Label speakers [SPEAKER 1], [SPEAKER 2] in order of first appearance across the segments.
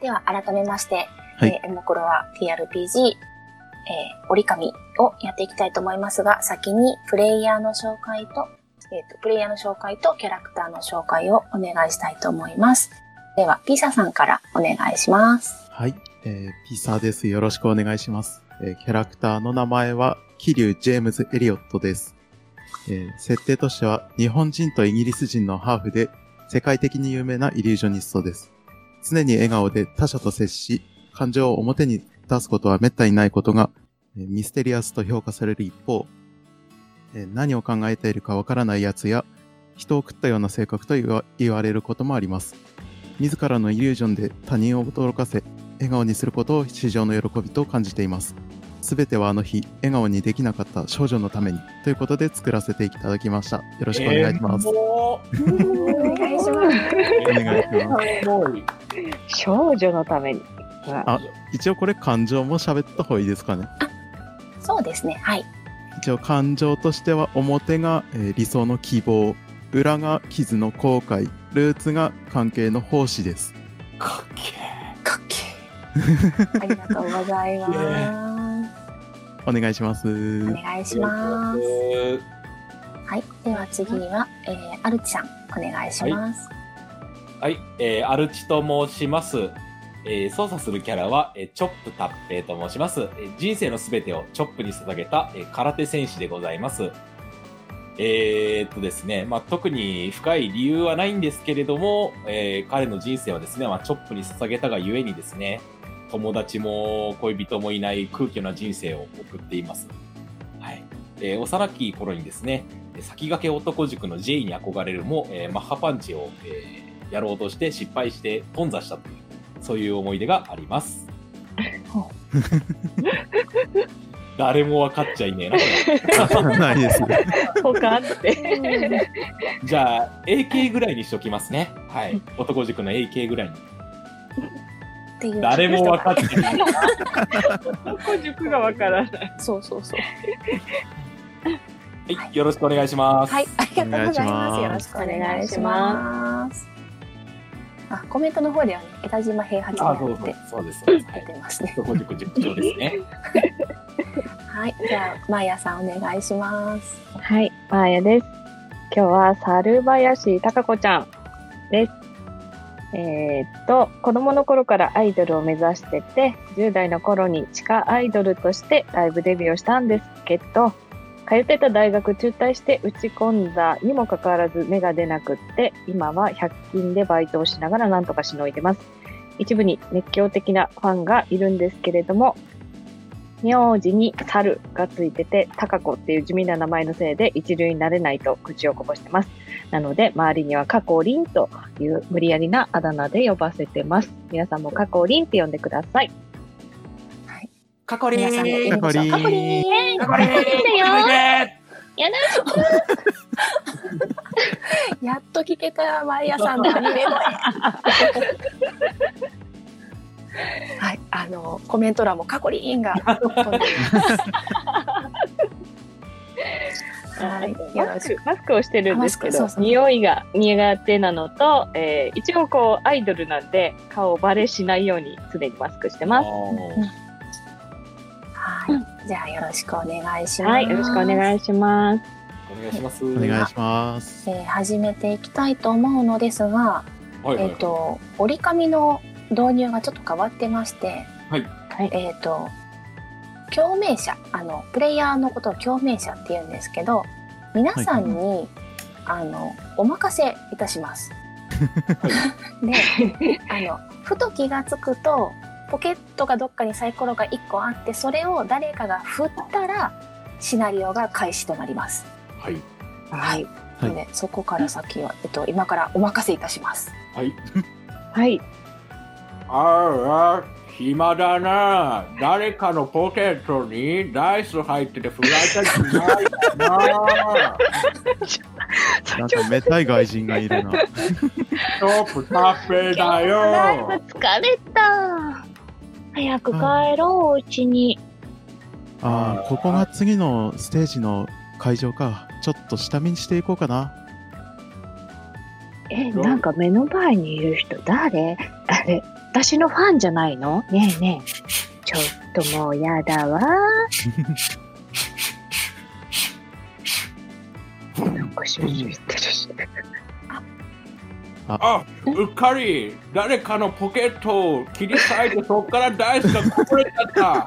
[SPEAKER 1] では、改めまして、
[SPEAKER 2] はい
[SPEAKER 1] えー、おもころは TRPG、えー、折り紙をやっていきたいと思いますが、先にプレイヤーの紹介と、えっ、と、プレイヤーの紹介とキャラクターの紹介をお願いしたいと思います。では、ピサさんからお願いします。
[SPEAKER 2] はい、えー、ピサです。よろしくお願いします。えーキャラクターの名前は、キリュウ・ジェームズ・エリオットです。えー設定としては、日本人とイギリス人のハーフで、世界的に有名なイリュージョニストです。常に笑顔で他者と接し、感情を表に出すことは滅多にないことが、えーミステリアスと評価される一方、えー何を考えているかわからない奴や、人を食ったような性格と言わ言われることもあります。自らのイリュージョンで他人を驚かせ、笑顔にすることを市場の喜びと感じています。すべてはあの日、笑顔にできなかった少女のためにということで作らせていただきました。よろしくお願いします。
[SPEAKER 3] お
[SPEAKER 1] お願いします。
[SPEAKER 2] お願いします。
[SPEAKER 3] すごい。
[SPEAKER 4] 少女のために。
[SPEAKER 2] あ一応これ感情も喋った方がいいですかね。
[SPEAKER 1] そうですね、はい。
[SPEAKER 2] 一応感情としては表が、えー理想の希望、裏が傷の後悔、ルーツが関係の奉仕です。
[SPEAKER 3] かっけえ。
[SPEAKER 1] かっけー ありがとうございます。
[SPEAKER 2] お願いします
[SPEAKER 1] お。願いします。はい。では次は、えー、アルチさん、お願いします。
[SPEAKER 3] はい、えー、アルチと申します。えー操作するキャラは、えーチョップタッペイと申します。えー人生のすべてをチョップに捧げた、えー空手戦士でございます。えーっとですね、まあ、特に深い理由はないんですけれども、えー彼の人生はですね、まあ、チョップに捧げたがゆえにですね、友達も恋人もいない空虚な人生を送っています。はい。えー幼き頃にですね、先駆け男塾の J に憧れるも、えーマッハパンチを、えーやろうとして失敗して頓挫したという、そういう思い出があります。誰も分かっちゃいねえな、こ れ
[SPEAKER 2] ないですね。
[SPEAKER 4] 他あって。
[SPEAKER 3] じゃあ、AK ぐらいにしときますね。はい。男塾の AK ぐらいに。
[SPEAKER 1] っていう
[SPEAKER 3] 誰も分かってない。
[SPEAKER 4] 男塾がわからない。
[SPEAKER 1] そうそうそう。
[SPEAKER 3] はい。よろしくお願いします。
[SPEAKER 1] はい、ありがとうございます。
[SPEAKER 2] お
[SPEAKER 1] よ
[SPEAKER 2] 願
[SPEAKER 1] ろ
[SPEAKER 2] い
[SPEAKER 1] し
[SPEAKER 2] し
[SPEAKER 1] くお願いします。あ、コメントの方ではね、江田島平八
[SPEAKER 3] あ、
[SPEAKER 1] 郎
[SPEAKER 3] そう
[SPEAKER 1] っ
[SPEAKER 3] そう
[SPEAKER 1] て、
[SPEAKER 3] そうです。そうですは
[SPEAKER 1] 出
[SPEAKER 3] い。
[SPEAKER 1] てますね。
[SPEAKER 3] 男塾塾長ですね。
[SPEAKER 1] はい、じゃあ、マーヤさんお願いします。
[SPEAKER 4] はい、まーやです。今日は猿林貴子ちゃんです。えーっと、子供の頃からアイドルを目指してて、10代の頃に地下アイドルとしてライブデビューをしたんですけど、通ってた大学中退して打ち込んだにもかかわらず芽が出なくって、今は100均でバイトをしながらなんとかしのいでます。一部に熱狂的なファンがいるんですけれども、名字に猿がついてて、高子っていう地味な名前のせいで一流になれないと口をこぼしてます。なので、周りにはカコリンという無理やりなあだ名で呼ばせてます。皆さんもカコリンって呼んでください。
[SPEAKER 3] カコリ
[SPEAKER 1] 皆さんで
[SPEAKER 3] ー
[SPEAKER 1] 呼びましょう。
[SPEAKER 2] カ
[SPEAKER 1] カ
[SPEAKER 2] コ
[SPEAKER 1] コ
[SPEAKER 2] リ
[SPEAKER 1] リ
[SPEAKER 2] ー
[SPEAKER 1] ー
[SPEAKER 4] え
[SPEAKER 3] カコリー
[SPEAKER 1] やっと聞けたマイヤさんのアニメ声。はい、あのコメント欄もカコリンが飛んでいます。はい、よ
[SPEAKER 4] マ
[SPEAKER 1] ろ
[SPEAKER 4] ス
[SPEAKER 1] し
[SPEAKER 4] クマスクをしてるんですけ
[SPEAKER 1] あ
[SPEAKER 4] ど
[SPEAKER 1] マスクそう、そう
[SPEAKER 4] 匂いが苦手なのと、えー一応こうアイドルなんで顔バレしないように常にマスクしてます。
[SPEAKER 1] く。はい、じゃあよろしくお願いします。
[SPEAKER 4] はい、よろしくお願いします。
[SPEAKER 3] お願いします。
[SPEAKER 2] お願いします。
[SPEAKER 1] えー始めていきたいと思うのですが、
[SPEAKER 3] はいはい
[SPEAKER 1] えっ、と折り紙の導入がちょっと変わってまして、
[SPEAKER 4] はい、
[SPEAKER 1] えっ、と共鳴者あのプレイヤーのことを共鳴者って言うんですけど皆さんに、あのお任せいたします。 であのふと気がつくとポケットがどっかにサイコロが1個あってそれを誰かが振ったらシナリオが開始となります。
[SPEAKER 3] はい。
[SPEAKER 1] はい。
[SPEAKER 2] い
[SPEAKER 1] なのでそこから先は、えっと、今からお任せいたします。
[SPEAKER 3] はい。
[SPEAKER 4] はい、
[SPEAKER 3] ああ、暇だな。誰かのポケットにダイス入ってて振られたくないな。
[SPEAKER 2] なんかめたい外人がいるな。
[SPEAKER 3] ショップカフェだよ。
[SPEAKER 4] 疲れた。早く帰ろう、うちに。
[SPEAKER 2] ああ、ここが次のステージの会場か。ちょっと下見にしていこうかな。
[SPEAKER 4] え、なんか目の前にいる人誰あれ、私のファンじゃないのねえねえちょっともうやだわなんかシュッシュ言ってる し
[SPEAKER 5] あ、うっかり、誰かのポケットを切り裂いて、そこからダイスがこぼれちゃった。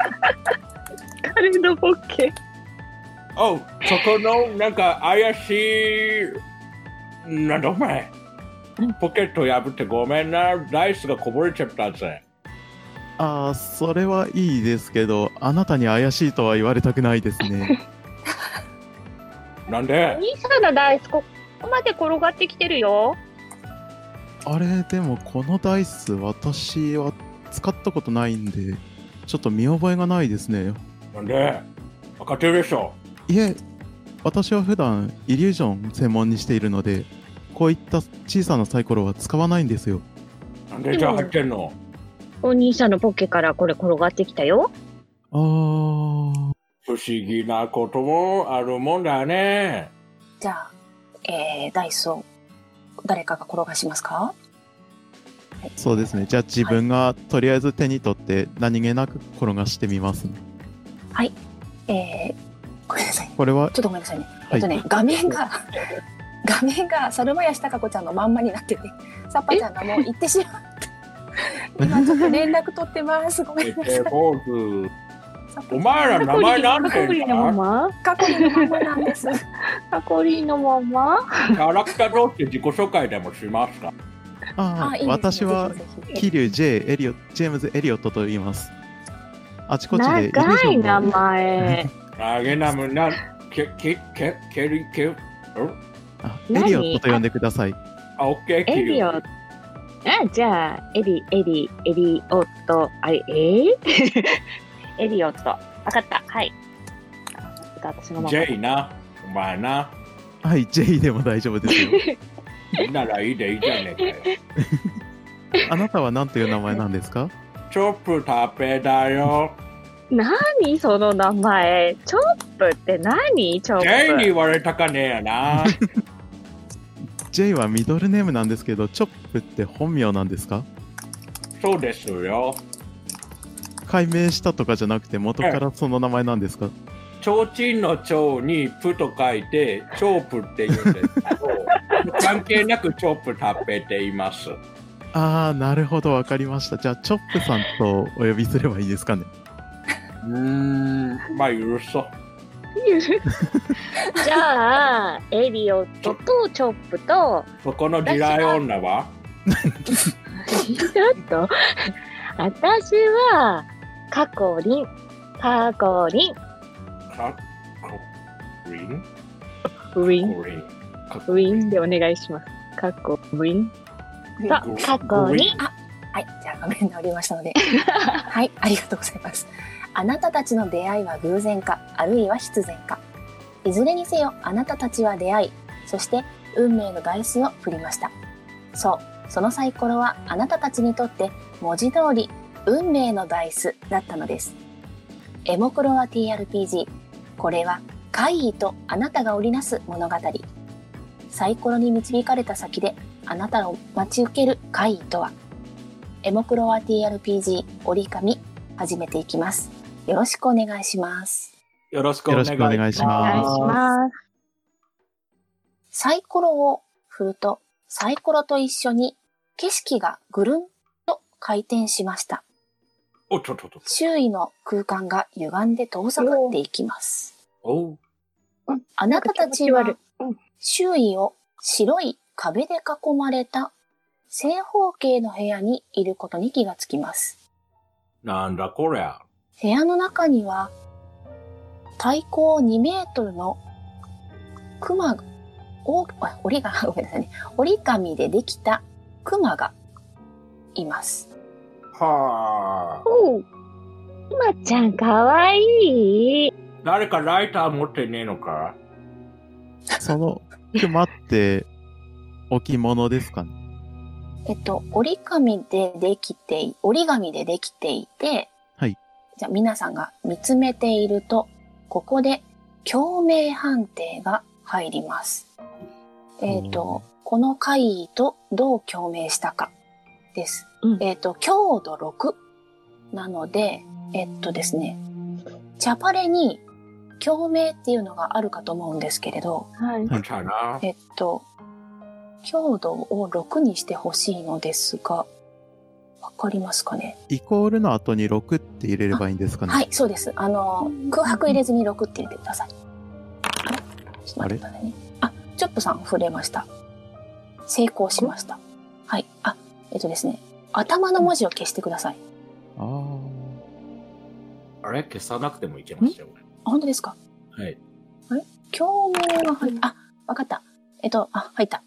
[SPEAKER 4] 彼のボケ
[SPEAKER 5] おそこの、なんか怪しい、なんだお前、ポケット破ってごめんな、ダイスがこぼれちゃったぜ。
[SPEAKER 2] ああ、それはいいですけど、あなたに怪しいとは言われたくないですね。
[SPEAKER 5] なんで
[SPEAKER 4] 兄さんのダイスここまで転がってきてるよ
[SPEAKER 2] あれ、でもこのダイス、私は使ったことないんで、ちょっと見覚えがないですね。
[SPEAKER 5] なんで赤手でしょ
[SPEAKER 2] いえ、私は普段イリュージョン専門にしているので、こういった小さなサイコロは使わないんですよ。
[SPEAKER 5] なんでじゃあ入ってんの
[SPEAKER 4] お兄さんのポケからこれ転がってきたよ
[SPEAKER 2] あー、
[SPEAKER 5] 不思議なこともあるもんだ ね。
[SPEAKER 1] じゃあ、えー、ダイスを誰かが転がしますか
[SPEAKER 2] そうですね。じゃあ自分がとりあえず手に取って何気なく転がしてみますね。
[SPEAKER 1] えー、ごめんなさい。ちょ
[SPEAKER 2] これは
[SPEAKER 1] っ、とごめんなさいね。え
[SPEAKER 2] は
[SPEAKER 1] っとね、画面が、 画面が猿林貴子ちゃんのまんまになってて、さっぱちゃんがもう行ってしまった。今ちょっと連絡取ってます。ごめん
[SPEAKER 5] え
[SPEAKER 1] なさい
[SPEAKER 5] ー、。ポーズ。
[SPEAKER 1] さっぱちゃ
[SPEAKER 5] お
[SPEAKER 1] ん
[SPEAKER 5] 前ら名前なんて言うんだ
[SPEAKER 4] ま
[SPEAKER 1] 過去のまんまなん です。
[SPEAKER 4] カコリーのまま
[SPEAKER 5] キャラクターどうして自己紹介でもしますか
[SPEAKER 2] あ
[SPEAKER 1] あ、
[SPEAKER 2] ー
[SPEAKER 1] いいですね
[SPEAKER 2] 私は、
[SPEAKER 1] ぜひぜひ
[SPEAKER 2] 桐生 J. エリオ、ジェームズ・エリオットと言います。あちこちでイリュー
[SPEAKER 4] 長
[SPEAKER 2] ジョ
[SPEAKER 4] い
[SPEAKER 2] ン
[SPEAKER 4] 名
[SPEAKER 2] の
[SPEAKER 4] 前
[SPEAKER 5] あげなむな、け、け、け、けり、け、ん
[SPEAKER 2] あエ
[SPEAKER 4] 何
[SPEAKER 2] リオットと呼んでください。
[SPEAKER 5] あ、オッケー、
[SPEAKER 4] エリオあじゃあエリエリエリオットあれえー、 エリオット分かったはい私のまま
[SPEAKER 5] J な、お前な、
[SPEAKER 2] はい、J でも大丈夫です よ。
[SPEAKER 5] ならいいでいいじゃねえ かよ。
[SPEAKER 2] あなたは何という名前なんですか
[SPEAKER 5] チョップタペだよ。
[SPEAKER 4] 何その名前チョップって何チョ
[SPEAKER 5] J に
[SPEAKER 4] ップ
[SPEAKER 5] 言われたかねえや な。
[SPEAKER 2] ?J はミドルネームなんですけど、チョップって本名なんですか
[SPEAKER 5] そうですよ。
[SPEAKER 2] 改名したとかじゃなくて元からその名前なんですか
[SPEAKER 5] ちょうちんのちょうにプと書いて、チョープって言うんですけど、関係なくチョップタペって言います。
[SPEAKER 2] ああ、なるほど、わかりました。じゃあ、チョップさんとお呼びすればいいですかね。
[SPEAKER 5] うーん、まあ許そう。
[SPEAKER 4] じゃあエリオットとチョップと
[SPEAKER 5] そこの地雷女は
[SPEAKER 4] ちょっと私はカコリンカコリン
[SPEAKER 5] かっこいい
[SPEAKER 4] ウィン
[SPEAKER 5] これかっ
[SPEAKER 4] ウ
[SPEAKER 5] こいい
[SPEAKER 4] ィンでお願いしますカコリンさカコリン
[SPEAKER 1] はい、じゃあ画面直りましたので。 はい、ありがとうございます。あなたたちの出会いは偶然か、あるいは必然か。いずれにせよ、あなたたちは出会い、そして運命のダイスを振りました。そう、そのサイコロはあなたたちにとって文字通り、運命のダイスだったのです。エモクロは TRPG。これは、怪異とあなたが織りなす物語。サイコロに導かれた先で、あなたを待ち受ける怪異とは、エモクロワ TRPG 折り紙始めていきます。よろしくお願いします。
[SPEAKER 5] よろしくお
[SPEAKER 2] よ
[SPEAKER 5] 願
[SPEAKER 2] ろ
[SPEAKER 5] い
[SPEAKER 2] し
[SPEAKER 5] し
[SPEAKER 2] くお
[SPEAKER 5] ます。
[SPEAKER 2] 願いし
[SPEAKER 4] お願い
[SPEAKER 2] ま
[SPEAKER 4] します
[SPEAKER 1] サイコロを振ると、サイコロと一緒に景色がぐるんと回転しました。
[SPEAKER 5] おっとっとっと。
[SPEAKER 1] 周囲の空間が歪んで遠ざかっていきます。
[SPEAKER 5] おう
[SPEAKER 1] あなたたちは
[SPEAKER 4] なんか気持ち悪いうん
[SPEAKER 1] 周囲を白い壁で囲まれた正方形の部屋にいることに気がつきます。
[SPEAKER 5] なんだこりゃ。
[SPEAKER 1] 部屋の中には、体高2メートルの熊が、おあ檻が、 ごめんなさいね。折り紙でできた熊がいます。
[SPEAKER 5] はあ。
[SPEAKER 4] おうまちゃんかわいい
[SPEAKER 5] 誰かライター持ってねえのか
[SPEAKER 2] す。その、熊って、置物ですかね。
[SPEAKER 1] えっと、折り紙でできてい、折り紙でできていて、
[SPEAKER 2] はい。
[SPEAKER 1] じゃあ皆さんが見つめていると、ここで共鳴判定が入ります。えっ、と、この怪異とどう共鳴したかです。
[SPEAKER 4] ううん
[SPEAKER 1] えっ、と、強度6なので、えっとですね、チャパレに共鳴っていうのがあるかと思うんですけれど、
[SPEAKER 4] はい。
[SPEAKER 2] はい
[SPEAKER 3] ちゃうな。
[SPEAKER 1] えっと、強度を6にしてほしいのですが、わかりますかね
[SPEAKER 2] イコールの後に6って入れればいいんですかね。
[SPEAKER 1] はい、そうです。あの、空白入れずに6って入れてください。あれちょっと待ってく
[SPEAKER 2] あれ
[SPEAKER 1] ださいね。あ、チョップさん触れました。成功しました。はい。あ、えっとですね。頭の文字を消してください。
[SPEAKER 2] あー
[SPEAKER 3] あれ消さなくてもいけましたよ。
[SPEAKER 1] あ、本当ですか
[SPEAKER 3] はい。
[SPEAKER 1] 共鳴が入った。あ、わかった。えっと、あ、入った。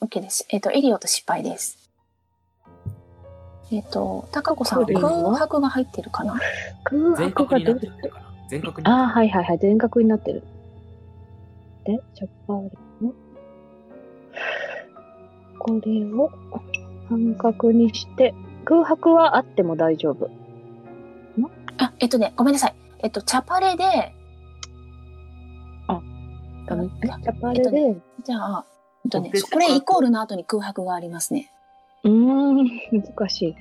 [SPEAKER 1] OK です。えっと、エリオと失敗です。えっと、高子さんは
[SPEAKER 4] そうです
[SPEAKER 1] 空白が入ってるかな
[SPEAKER 4] 空
[SPEAKER 3] 全
[SPEAKER 4] 白
[SPEAKER 3] 角
[SPEAKER 4] が
[SPEAKER 3] にな
[SPEAKER 4] ど
[SPEAKER 3] っ
[SPEAKER 4] う
[SPEAKER 3] て
[SPEAKER 4] で
[SPEAKER 3] る
[SPEAKER 4] す
[SPEAKER 3] のかな全角に。
[SPEAKER 4] ああ、はいはいはい。全角になってる。で、チャッパールの。これを半角にして、空白はあっても大丈夫。
[SPEAKER 1] あ、えっとね、ごめんなさい。えっと、チャパレで、
[SPEAKER 4] あ、
[SPEAKER 1] ダメ
[SPEAKER 4] チャッパールで、
[SPEAKER 1] じゃあ、えっとね
[SPEAKER 3] 持ってっ、て
[SPEAKER 1] これイコールの後に空白がありますね。
[SPEAKER 4] うーん、難しい。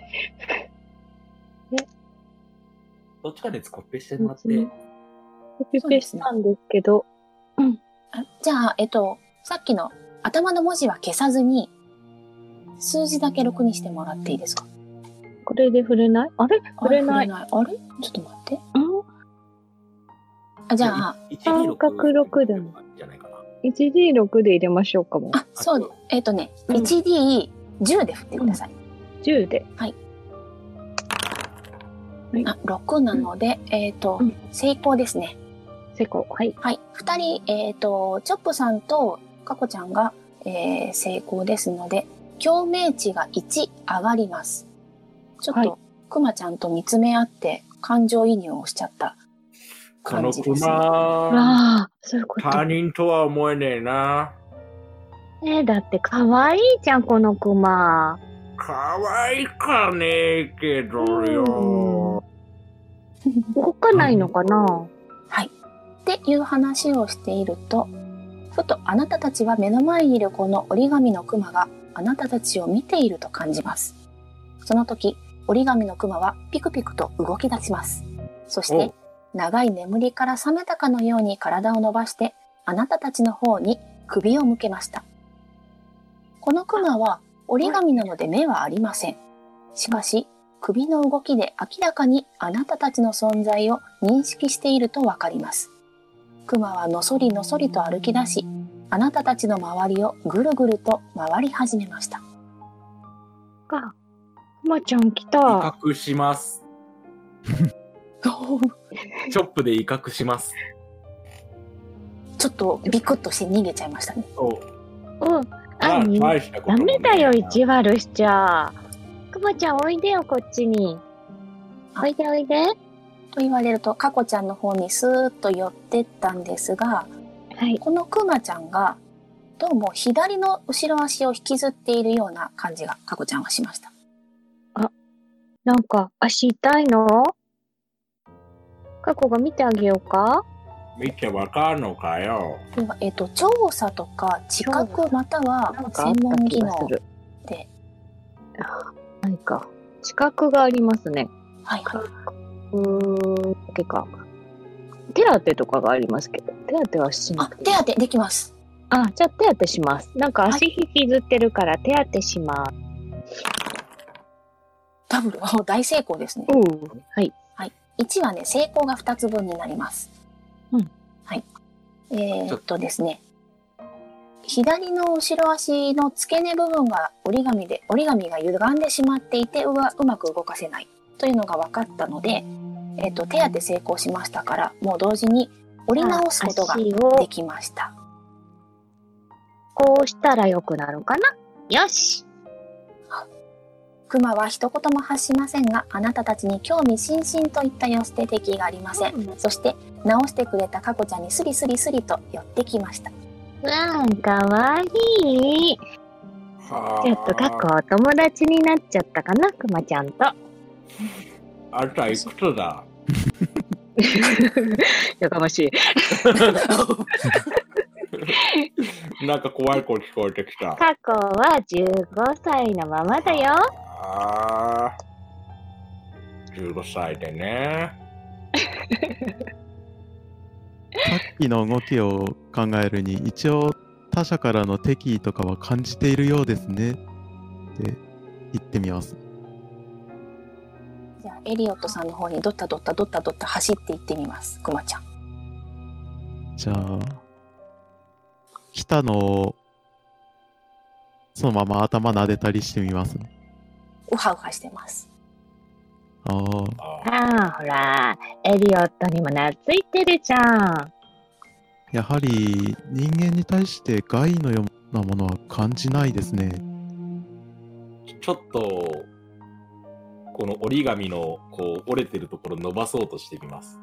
[SPEAKER 3] どっちかでコピーしてもらって。
[SPEAKER 4] うんコピペしたんですけど、
[SPEAKER 1] あじゃあ、えっと、さっきの頭の文字は消さずに、数字だけ6にしてもらっていいですか
[SPEAKER 4] これで触れないあれ触れない。
[SPEAKER 1] あ触れない。あれちょっと待って。
[SPEAKER 4] うん
[SPEAKER 1] あ、じゃあ、
[SPEAKER 3] い、
[SPEAKER 4] 三角六でも。
[SPEAKER 3] じゃないかな。
[SPEAKER 4] 1D6 で入れましょうかも。
[SPEAKER 1] あ、そう、えっとね、
[SPEAKER 4] うん
[SPEAKER 1] 1D10 で振ってください。
[SPEAKER 4] 10で。うん
[SPEAKER 1] あ、6なので、えっと
[SPEAKER 4] うん、
[SPEAKER 1] 成功ですね。
[SPEAKER 4] セコ。はい。
[SPEAKER 1] はい。二人、えっ、と、チョップさんとカコちゃんが、えー成功ですので、共鳴値が1上がります。ちょっ
[SPEAKER 4] は
[SPEAKER 1] と、
[SPEAKER 4] い
[SPEAKER 1] クマちゃんと見つめ合って感情移入をしちゃった
[SPEAKER 3] こ
[SPEAKER 1] 感
[SPEAKER 3] の
[SPEAKER 1] じです、ね。
[SPEAKER 3] 熊、
[SPEAKER 4] ああ、そういうこと。
[SPEAKER 3] 他人とは思えねえな。
[SPEAKER 4] ねえ、だって可愛いじゃん、このクマ。
[SPEAKER 3] 可愛いかねえけどよ。
[SPEAKER 4] 動かないのかな
[SPEAKER 1] っていう話をしていると、ふとあなたたちは目の前にいるこの折り紙のクマがあなたたちを見ていると感じます。その時、折り紙のクマはピクピクと動き出します。そして
[SPEAKER 3] お、
[SPEAKER 1] 長い眠りから覚めたかのように体を伸ばして、あなたたちの方に首を向けました。このクマは折り紙なので目はありません。しかし、首の動きで明らかにあなたたちの存在を認識しているとわかります。クマはのそりのそりと歩き出し、あなたたちの周りをぐるぐると回り始めました。
[SPEAKER 4] か。クマちゃん来
[SPEAKER 3] 威
[SPEAKER 4] た。
[SPEAKER 3] 嚇します。チョップで威嚇します。
[SPEAKER 1] ちょっとビクッとして逃げちゃいましたね。
[SPEAKER 3] そう。
[SPEAKER 4] うん。あ、に
[SPEAKER 3] 大したこと
[SPEAKER 4] ダ
[SPEAKER 3] もね
[SPEAKER 4] メ
[SPEAKER 3] えな
[SPEAKER 4] だよ、意地悪しちゃ。クマちゃん、おいでよ、こっちに。
[SPEAKER 1] あ
[SPEAKER 4] おいでおいで。
[SPEAKER 1] と言われると、カコちゃんの方にスーッと寄ってったんですが、
[SPEAKER 4] はい。
[SPEAKER 1] このクマちゃんが、どうも左の後ろ足を引きずっているような感じがカコちゃんはしました。
[SPEAKER 4] なんか、足痛いの過去が見てあげようか
[SPEAKER 3] 見てわかんのかよ。
[SPEAKER 1] これは、えっ、と、調査とか知
[SPEAKER 4] 調
[SPEAKER 1] 覚または
[SPEAKER 4] なんかあ
[SPEAKER 1] 専
[SPEAKER 4] った
[SPEAKER 1] 門
[SPEAKER 4] 気
[SPEAKER 1] 技
[SPEAKER 4] がす
[SPEAKER 1] 能。
[SPEAKER 4] る。
[SPEAKER 1] で
[SPEAKER 4] あ。なんか、資格がありますね。
[SPEAKER 1] はいはいう
[SPEAKER 4] ーん、だけか。手当てとかがありますけど、手当てはしな
[SPEAKER 1] あ
[SPEAKER 4] く、て
[SPEAKER 1] 手
[SPEAKER 4] いい。
[SPEAKER 1] 当てできます。
[SPEAKER 4] あ、じゃあ手当てします。なんか足引きずってるから手当てします。
[SPEAKER 1] ダブル。お大成功ですね。
[SPEAKER 4] うん。はい。
[SPEAKER 1] 1はね、成功が2つ分になります。
[SPEAKER 4] うん。
[SPEAKER 1] はい。えーっとですね。左の後ろ足の付け根部分が折り紙で、折り紙が歪んでしまっていて、うわうまく動かせないというのが分かったので、えーっと、手当て成功しましたから、もう同時に折り直すことが
[SPEAKER 4] 足
[SPEAKER 1] で
[SPEAKER 4] を
[SPEAKER 1] きました。
[SPEAKER 4] こうしたら良くなるかなよし
[SPEAKER 1] クマは一言も発しませんが、あなたたちに興味津々といった様子で敵意がありません。
[SPEAKER 4] うん
[SPEAKER 1] そして、直してくれたカコちゃんにスリスリスリと寄ってきました。
[SPEAKER 4] うん、かわいい。
[SPEAKER 3] はあ
[SPEAKER 4] ちょっと過去お友達になっちゃったかな、くまちゃんと。
[SPEAKER 3] あんたいくつだ
[SPEAKER 4] やかましい。
[SPEAKER 3] なんか怖い声聞こえてきた。
[SPEAKER 4] 過去は15歳のままだよ。
[SPEAKER 3] ああ。15歳でね。
[SPEAKER 2] さっきの動きを考えるに、一応他者からの敵意とかは感じているようですね。で、言ってみます。
[SPEAKER 1] じゃあ、エリオットさんの方にドッタドッタドッタドッタ走って行ってみます。クマちゃん。
[SPEAKER 2] じゃあ、来たのを、そのまま頭撫でたりしてみますね。
[SPEAKER 1] ウハウハしてます。
[SPEAKER 2] ああ、
[SPEAKER 3] あー
[SPEAKER 4] ああ、ほら、エリオットにも懐いてるじゃん。
[SPEAKER 2] やはり人間に対して害のようなものは感じないですね。
[SPEAKER 3] ちょっと、この折り紙のこう折れてるところ伸ばそうとしてみます。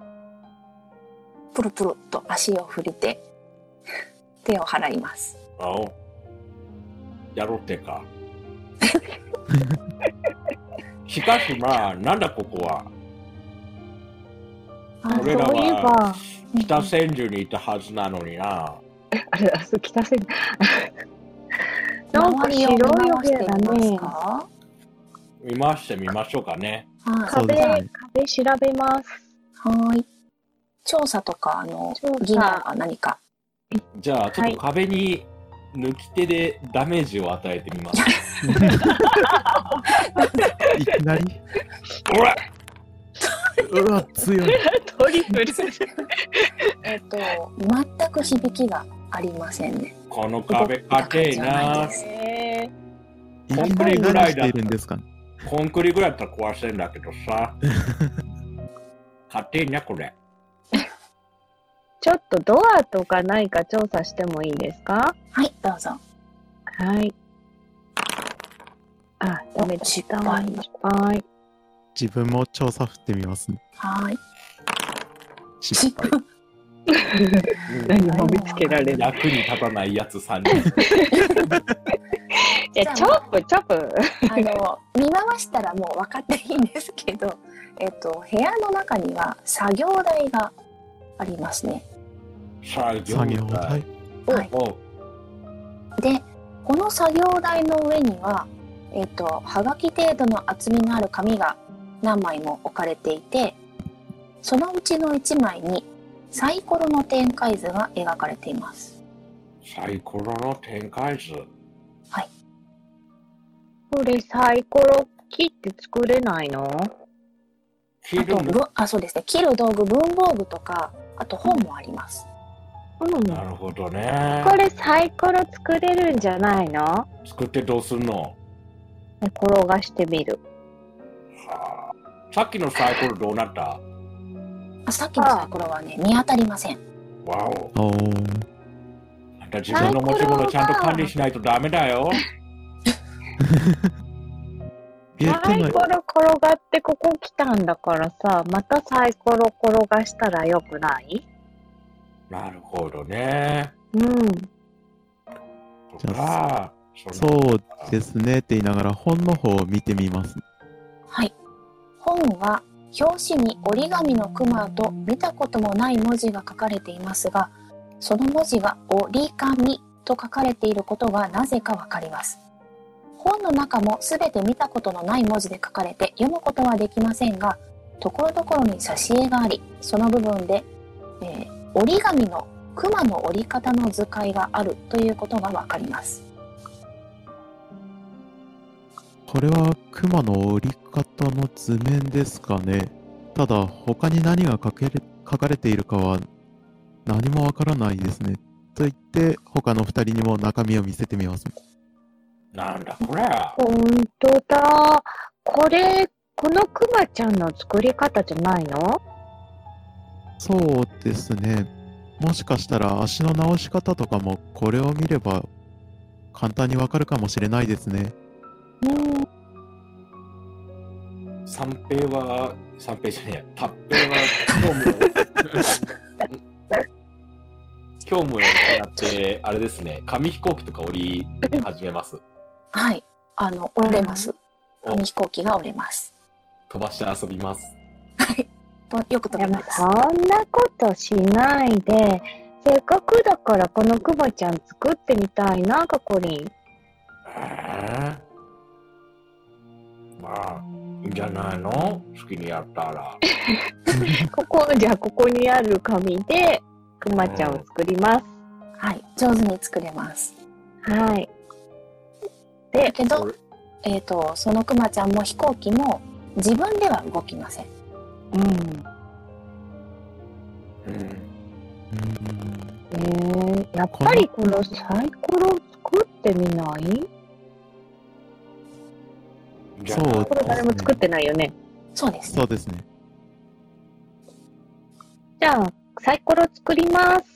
[SPEAKER 1] プルプルっと足を振りて、 手を払います。
[SPEAKER 3] あお。やろうって か。しかしまあ、なんだここは。
[SPEAKER 1] あ
[SPEAKER 3] 俺らは
[SPEAKER 4] そういえば、
[SPEAKER 3] 北千住にいたはずなのにな。
[SPEAKER 4] あれ、あそう北千住。なんか白いお部屋だね。
[SPEAKER 1] は
[SPEAKER 3] 見ましてみましょうかね。
[SPEAKER 1] い。
[SPEAKER 2] そう
[SPEAKER 4] 壁、
[SPEAKER 2] ですね
[SPEAKER 4] 壁調べます。
[SPEAKER 1] はい。調査とか、あの、
[SPEAKER 4] 調査
[SPEAKER 1] 疑難は何か。
[SPEAKER 3] じゃあ、ちょっと壁に抜き手でダメージを与えてみます。
[SPEAKER 2] いきなり
[SPEAKER 3] おら
[SPEAKER 2] うわ、強い。
[SPEAKER 4] トリプル。
[SPEAKER 1] えっ、と、全く響きがありませんね。
[SPEAKER 3] この
[SPEAKER 1] 動
[SPEAKER 3] 壁
[SPEAKER 1] いた
[SPEAKER 3] か
[SPEAKER 1] 感
[SPEAKER 3] て
[SPEAKER 1] じ
[SPEAKER 3] え
[SPEAKER 1] はない
[SPEAKER 3] な
[SPEAKER 1] で。す。
[SPEAKER 4] え
[SPEAKER 2] いきなり何しているんですかね。
[SPEAKER 3] コンクリぐらいだったら壊せるんだけどさ。かてえな、これ。
[SPEAKER 4] ちょっとドアとかないか調査してもいいですか
[SPEAKER 1] はい、どうぞ。
[SPEAKER 4] はい。あ、ダメだ。
[SPEAKER 1] 失
[SPEAKER 4] ダ
[SPEAKER 1] 敗
[SPEAKER 4] メだ失敗。
[SPEAKER 2] 自分も調査振ってみますね。
[SPEAKER 1] はい。
[SPEAKER 2] 失敗。
[SPEAKER 4] 何も見つけられない。
[SPEAKER 3] 役に立たないやつ3人。
[SPEAKER 4] いや、チョップ、チョップ。
[SPEAKER 1] あの、見回したらもう分かっていいんですけど、 えっ、と、部屋の中には作業台がありますね。
[SPEAKER 3] 作業
[SPEAKER 2] 作業台。
[SPEAKER 1] はい。
[SPEAKER 3] お
[SPEAKER 1] で、この作業台の上には、えっ、と、はがき程度の厚みのある紙が何枚も置かれていて、そのうちの1枚にサイコロの展開図が描かれています。
[SPEAKER 3] サイコロの展開図。
[SPEAKER 4] これサイコロ切って作れないの
[SPEAKER 3] 切
[SPEAKER 1] あ
[SPEAKER 3] る
[SPEAKER 1] と、
[SPEAKER 3] の。
[SPEAKER 1] ぶあ、そうですね。切る道具、文房具とか、あと本もあります。
[SPEAKER 4] うん
[SPEAKER 3] な。るほどね。
[SPEAKER 4] これサイコロ作れるんじゃないの
[SPEAKER 3] 作ってどうすんの
[SPEAKER 4] 転がしてみる。
[SPEAKER 3] はあさっきのサイコロどうなった
[SPEAKER 1] あさっきのサイコロはね、見当たりません。
[SPEAKER 3] わお。
[SPEAKER 2] おー。
[SPEAKER 3] あんた自分の持ち物ちゃんと管理しないとダメだよ。
[SPEAKER 2] え、
[SPEAKER 4] サイ
[SPEAKER 2] で
[SPEAKER 4] コ
[SPEAKER 2] も、
[SPEAKER 4] ロ転がってここ来たんだからさ、またサイコロ転がしたらよくない
[SPEAKER 3] なるほどね。
[SPEAKER 4] うん。
[SPEAKER 3] そっか。そんな
[SPEAKER 2] そうですねって言いながら本の方を見てみます。
[SPEAKER 1] はい。本は表紙に折り紙のクマと見たこともない文字が書かれていますが、その文字が折り紙と書かれていることがなぜかわかります。本の中もすべて見たことのない文字で書かれて読むことはできませんが、ところどころに挿絵があり、その部分で、えー折り紙のクマの折り方の図解があるということがわかります。
[SPEAKER 2] これは熊の折り方の図面ですかね。ただ、他に何が書ける書かれているかは何もわからないですね。と言って、他の二人にも中身を見せてみます。
[SPEAKER 3] なんだこれ。
[SPEAKER 4] ほんとだ。これ、このクマちゃんの作り方じゃないの
[SPEAKER 2] そうですね。もしかしたら足の直し方とかもこれを見れば簡単にわかるかもしれないですね。
[SPEAKER 3] 三平は、三平じゃねえや、タッペは、今日も、今日もやって、あれですね、紙飛行機とか折り始めます。
[SPEAKER 1] はい。あの、折れます。紙飛行機が折れます。
[SPEAKER 3] 飛ばして遊びます。
[SPEAKER 1] はい。とよく飛
[SPEAKER 4] で
[SPEAKER 1] び
[SPEAKER 4] も
[SPEAKER 1] ます
[SPEAKER 4] そ。んなことしないで、せっかくだからこのクマちゃん作ってみたいな、かこりん。
[SPEAKER 5] えー、まあ、いいんじゃないの好きにやったら。
[SPEAKER 4] ここ、じゃあここにある紙で、クマちゃんを作ります。
[SPEAKER 1] はい。上手に作れます。
[SPEAKER 4] はい。
[SPEAKER 1] だけ
[SPEAKER 5] こ
[SPEAKER 1] ど
[SPEAKER 5] れ、
[SPEAKER 1] えっ、と、そのクマちゃんも飛行機も自分では動きません。
[SPEAKER 4] うん。
[SPEAKER 5] うん。
[SPEAKER 4] えー、やっぱりこのサイコロ作ってみない
[SPEAKER 5] いいんじゃない
[SPEAKER 2] そう
[SPEAKER 4] これ誰も作ってないよね。
[SPEAKER 1] そうです。
[SPEAKER 2] そうですね。
[SPEAKER 4] じゃあ、サイコロ作ります。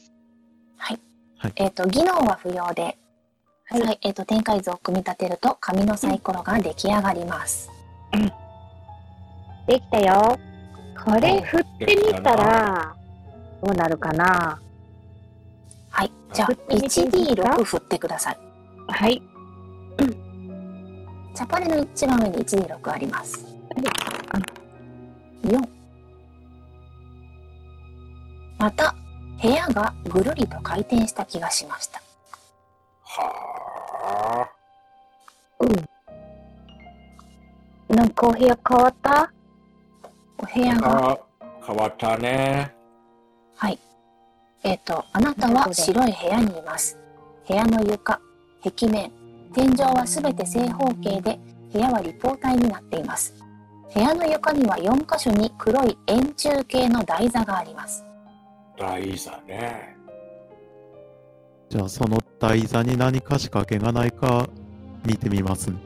[SPEAKER 1] えっ、と、技能は不要で、
[SPEAKER 4] はい
[SPEAKER 1] はい。えっ、と、展開図を組み立てると紙のサイコロが出来上がります。
[SPEAKER 4] できたよ。これ振ってみたら、どうなるかな
[SPEAKER 1] はい。じゃあ、
[SPEAKER 4] 振ってみていいですか
[SPEAKER 1] 1D6 振ってください。
[SPEAKER 4] はい。
[SPEAKER 1] チャパレの一番上に 1D6 あります。4。また、部屋がぐるりと回転した気がしました。
[SPEAKER 5] は
[SPEAKER 4] なんかお部屋変わった
[SPEAKER 1] お部屋
[SPEAKER 5] あ。
[SPEAKER 1] が、
[SPEAKER 5] あ、変わったね。
[SPEAKER 1] はい。えっ、と、あなたは白い部屋にいます。部屋の床、壁面、天井はすべて正方形で、部屋は立方体になっています。部屋の床には4箇所に黒い円柱形の台座があります。
[SPEAKER 5] 大事だね。
[SPEAKER 2] じゃあ、その台座に何か仕掛けがないか見てみますね。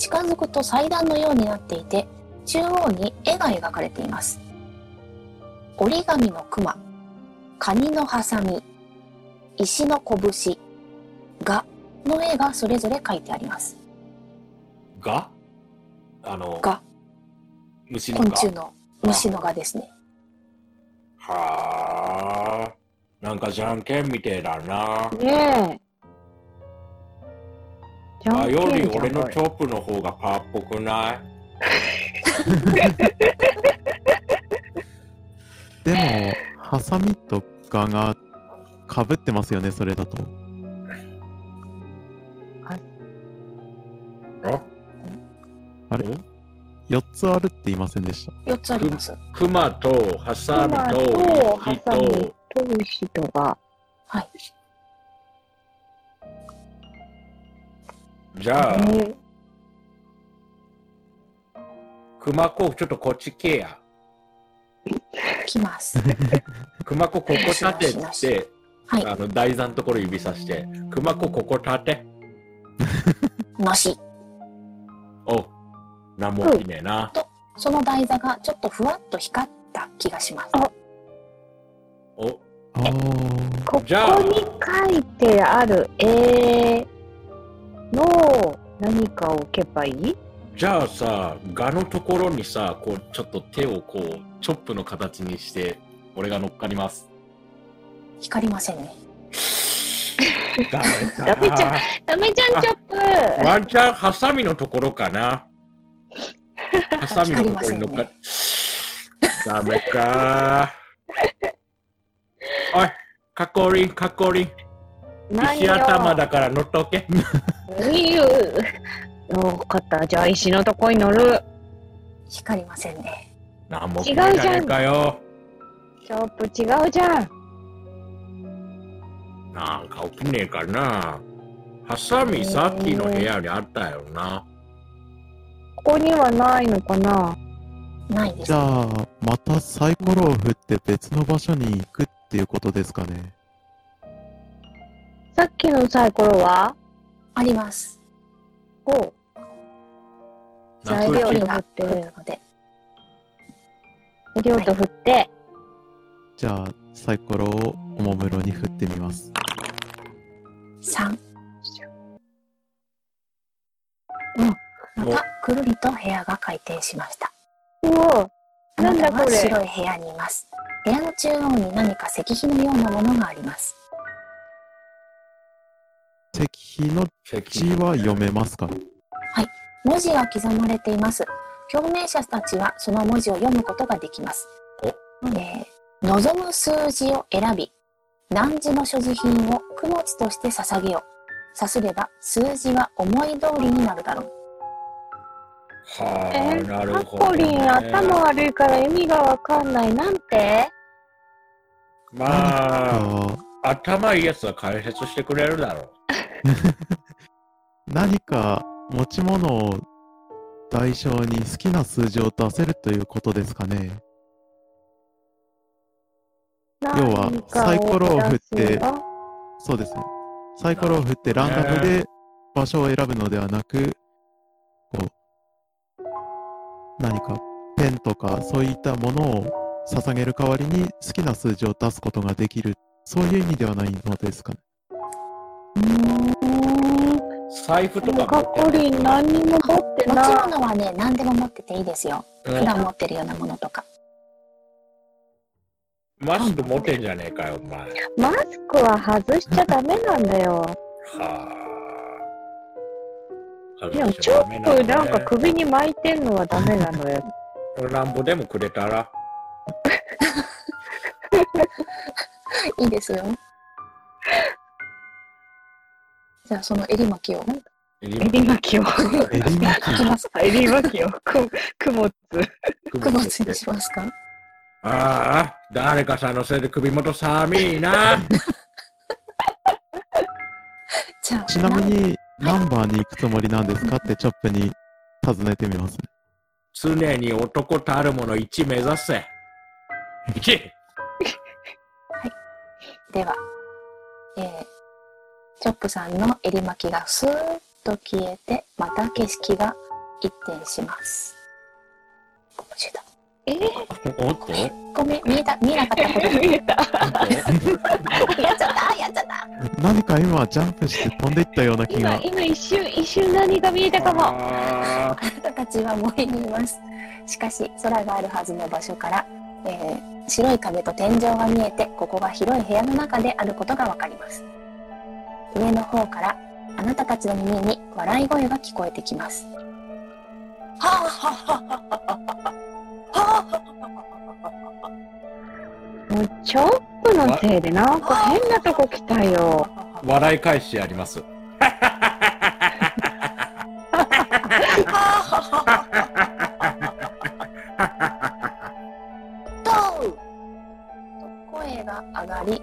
[SPEAKER 1] 近づくと祭壇のようになっていて中央に絵が描かれています折り紙の熊カニのハサミ石の拳がの絵がそれぞれ描いてあります
[SPEAKER 3] があの、
[SPEAKER 1] が
[SPEAKER 3] 虫の
[SPEAKER 1] 昆
[SPEAKER 3] が
[SPEAKER 1] 虫の虫のがですね
[SPEAKER 5] はあ。
[SPEAKER 3] なんかじゃんけんみてえだな。
[SPEAKER 4] ねえ。じ
[SPEAKER 3] あ
[SPEAKER 4] ゃんけんじゃ
[SPEAKER 3] よ
[SPEAKER 4] ん
[SPEAKER 3] り俺の
[SPEAKER 4] これ
[SPEAKER 3] チョップの方がパーっぽくない
[SPEAKER 2] でも、ハサミとガが被ってますよね、それだと。
[SPEAKER 5] あ
[SPEAKER 2] あれ ?4 つあるって言いませんでした。
[SPEAKER 1] 4つあります
[SPEAKER 5] クマとハサミ
[SPEAKER 4] 熊と
[SPEAKER 5] と
[SPEAKER 4] ハ
[SPEAKER 5] 石
[SPEAKER 4] サミ
[SPEAKER 5] と
[SPEAKER 4] と牛とが。
[SPEAKER 5] じゃあ、
[SPEAKER 4] ね
[SPEAKER 5] クマ子ちょっとこっち来や。
[SPEAKER 1] 来ます
[SPEAKER 5] クマ子ここ立てっつって、
[SPEAKER 1] はい
[SPEAKER 5] あの台座のところ指さして、クマ子ここ立て。
[SPEAKER 1] なし
[SPEAKER 5] おなんも起きねえな。
[SPEAKER 1] その台座がちょっとふわっと光った気がします
[SPEAKER 5] お
[SPEAKER 2] あー
[SPEAKER 4] ここに
[SPEAKER 5] じゃあ
[SPEAKER 4] 書いてある絵の何かを置けばいい
[SPEAKER 5] じゃあさ、ガのところにさ、こう、ちょっと手をこう、チョップの形にして、俺が乗っかり ます。
[SPEAKER 1] 光りませんね
[SPEAKER 5] ダ
[SPEAKER 4] ダメじゃダメじゃん、チョッ
[SPEAKER 5] ワンチャン、ハサミのところかな。ハサミのところに乗っかり。ダメかおい、カコリン、カコリン。
[SPEAKER 4] プ何
[SPEAKER 5] 石
[SPEAKER 4] よ
[SPEAKER 5] 頭だから乗っとけ。
[SPEAKER 4] いいよよかった、じゃあ石のとこに乗る。
[SPEAKER 1] 光りませんね
[SPEAKER 5] なんも聞いてねえかよ。
[SPEAKER 4] チョップ違うじゃん。
[SPEAKER 5] なんか起きねえかな。ハサミさっきの部屋にあったよな。
[SPEAKER 4] ここにはないのかな
[SPEAKER 1] ないです
[SPEAKER 2] じゃあ、またサイコロを振って別の場所に行くっていうことですかね。
[SPEAKER 4] さっきのサイコロは
[SPEAKER 1] あります
[SPEAKER 4] こ
[SPEAKER 5] なん
[SPEAKER 4] 材
[SPEAKER 1] 緑
[SPEAKER 4] 料にな
[SPEAKER 5] か
[SPEAKER 1] が
[SPEAKER 4] っ
[SPEAKER 1] 来
[SPEAKER 4] て
[SPEAKER 1] るので
[SPEAKER 4] う、量と振って、
[SPEAKER 2] じゃあ、サイコロをおもむろに振ってみます。
[SPEAKER 1] 3ま
[SPEAKER 5] もう
[SPEAKER 1] たくるりと部屋が回転しました
[SPEAKER 4] うお
[SPEAKER 1] あなた
[SPEAKER 4] なんだ
[SPEAKER 1] は
[SPEAKER 4] これ
[SPEAKER 1] 白い部屋にいます部屋の中央に何か石碑のようなものがあります
[SPEAKER 2] 石碑の字は読めますか
[SPEAKER 1] 文字が刻まれています共鳴者たちはその文字を読むことができます
[SPEAKER 5] お
[SPEAKER 1] えー望む数字を選び何時の所持品を供物として捧げよ。さすれば数字は思い通りになるだろう。
[SPEAKER 5] はあ、
[SPEAKER 4] えー
[SPEAKER 5] なる
[SPEAKER 4] カ
[SPEAKER 5] ほど、
[SPEAKER 4] ポ
[SPEAKER 5] ね。
[SPEAKER 4] リン頭悪いから意味がわかんない。なんて
[SPEAKER 5] まあ、
[SPEAKER 2] あ
[SPEAKER 5] 頭いいやつは解説してくれるだろう。
[SPEAKER 2] 何か持ち物を代償に好きな数字を出せるということですかね。
[SPEAKER 4] 要
[SPEAKER 2] はサイコロを振ってそうですね。サイコロを振ってランダムで場所を選ぶのではなく、こう、何かペンとかそういったものを捧げる代わりに好きな数字を出すことができる、そういう意味ではないのですかね。
[SPEAKER 5] 財布とか
[SPEAKER 4] カ
[SPEAKER 5] 持
[SPEAKER 4] ポ
[SPEAKER 5] ってる
[SPEAKER 4] リン何にも持って
[SPEAKER 1] 持ち
[SPEAKER 4] な。
[SPEAKER 1] 物はね、何でも持ってていいですよ。普段持ってるようなものとか。
[SPEAKER 5] マスク持ってんじゃねえかよ、お前。はい
[SPEAKER 4] マスクは外しちゃダメなんだよ。
[SPEAKER 5] あ。
[SPEAKER 4] でもちょっとなんか首に巻いてんのはダメなのよ。
[SPEAKER 5] なんぼでもくれたら。
[SPEAKER 1] いいですよ。じゃあ、その襟巻き を。
[SPEAKER 5] いい
[SPEAKER 4] 襟巻きを。
[SPEAKER 2] エリマキ
[SPEAKER 1] いきます。
[SPEAKER 4] 襟巻きを。く、くもつ。
[SPEAKER 1] 供物にしますか
[SPEAKER 5] ああ、誰かさんのせいで首元寒いな。
[SPEAKER 1] じゃあ、
[SPEAKER 2] ちなみに、ナンバーに行くつもりなんですかってチョップに尋ねてみますね。
[SPEAKER 5] 常に男たるもの1目指せ。1!
[SPEAKER 1] では、えー、チョップさんの襟巻きがスーッと消えて、また景色が一転します。間違えた
[SPEAKER 4] えー、
[SPEAKER 5] おっと
[SPEAKER 1] ごめん、見えた、見えなかったこと。
[SPEAKER 4] 見えた。
[SPEAKER 1] やっちゃった、やっちゃった。
[SPEAKER 2] 何か今ジャンプして飛んでいったような気
[SPEAKER 4] 今、
[SPEAKER 2] が。
[SPEAKER 4] 今一瞬、一瞬何が見えたかも。
[SPEAKER 5] あ
[SPEAKER 1] あなたたちは燃えにいます。しかし、空があるはずの場所から、えー白い壁と天井が見えて、ここが広い部屋の中であることがわかります。上の方から、あなたたちの耳に笑い声が聞こえてきます。はあはあはあ
[SPEAKER 4] もう、チョップのせいでなんか変なとこ来たよ。
[SPEAKER 5] ー笑い返してやります。
[SPEAKER 1] と声が上がり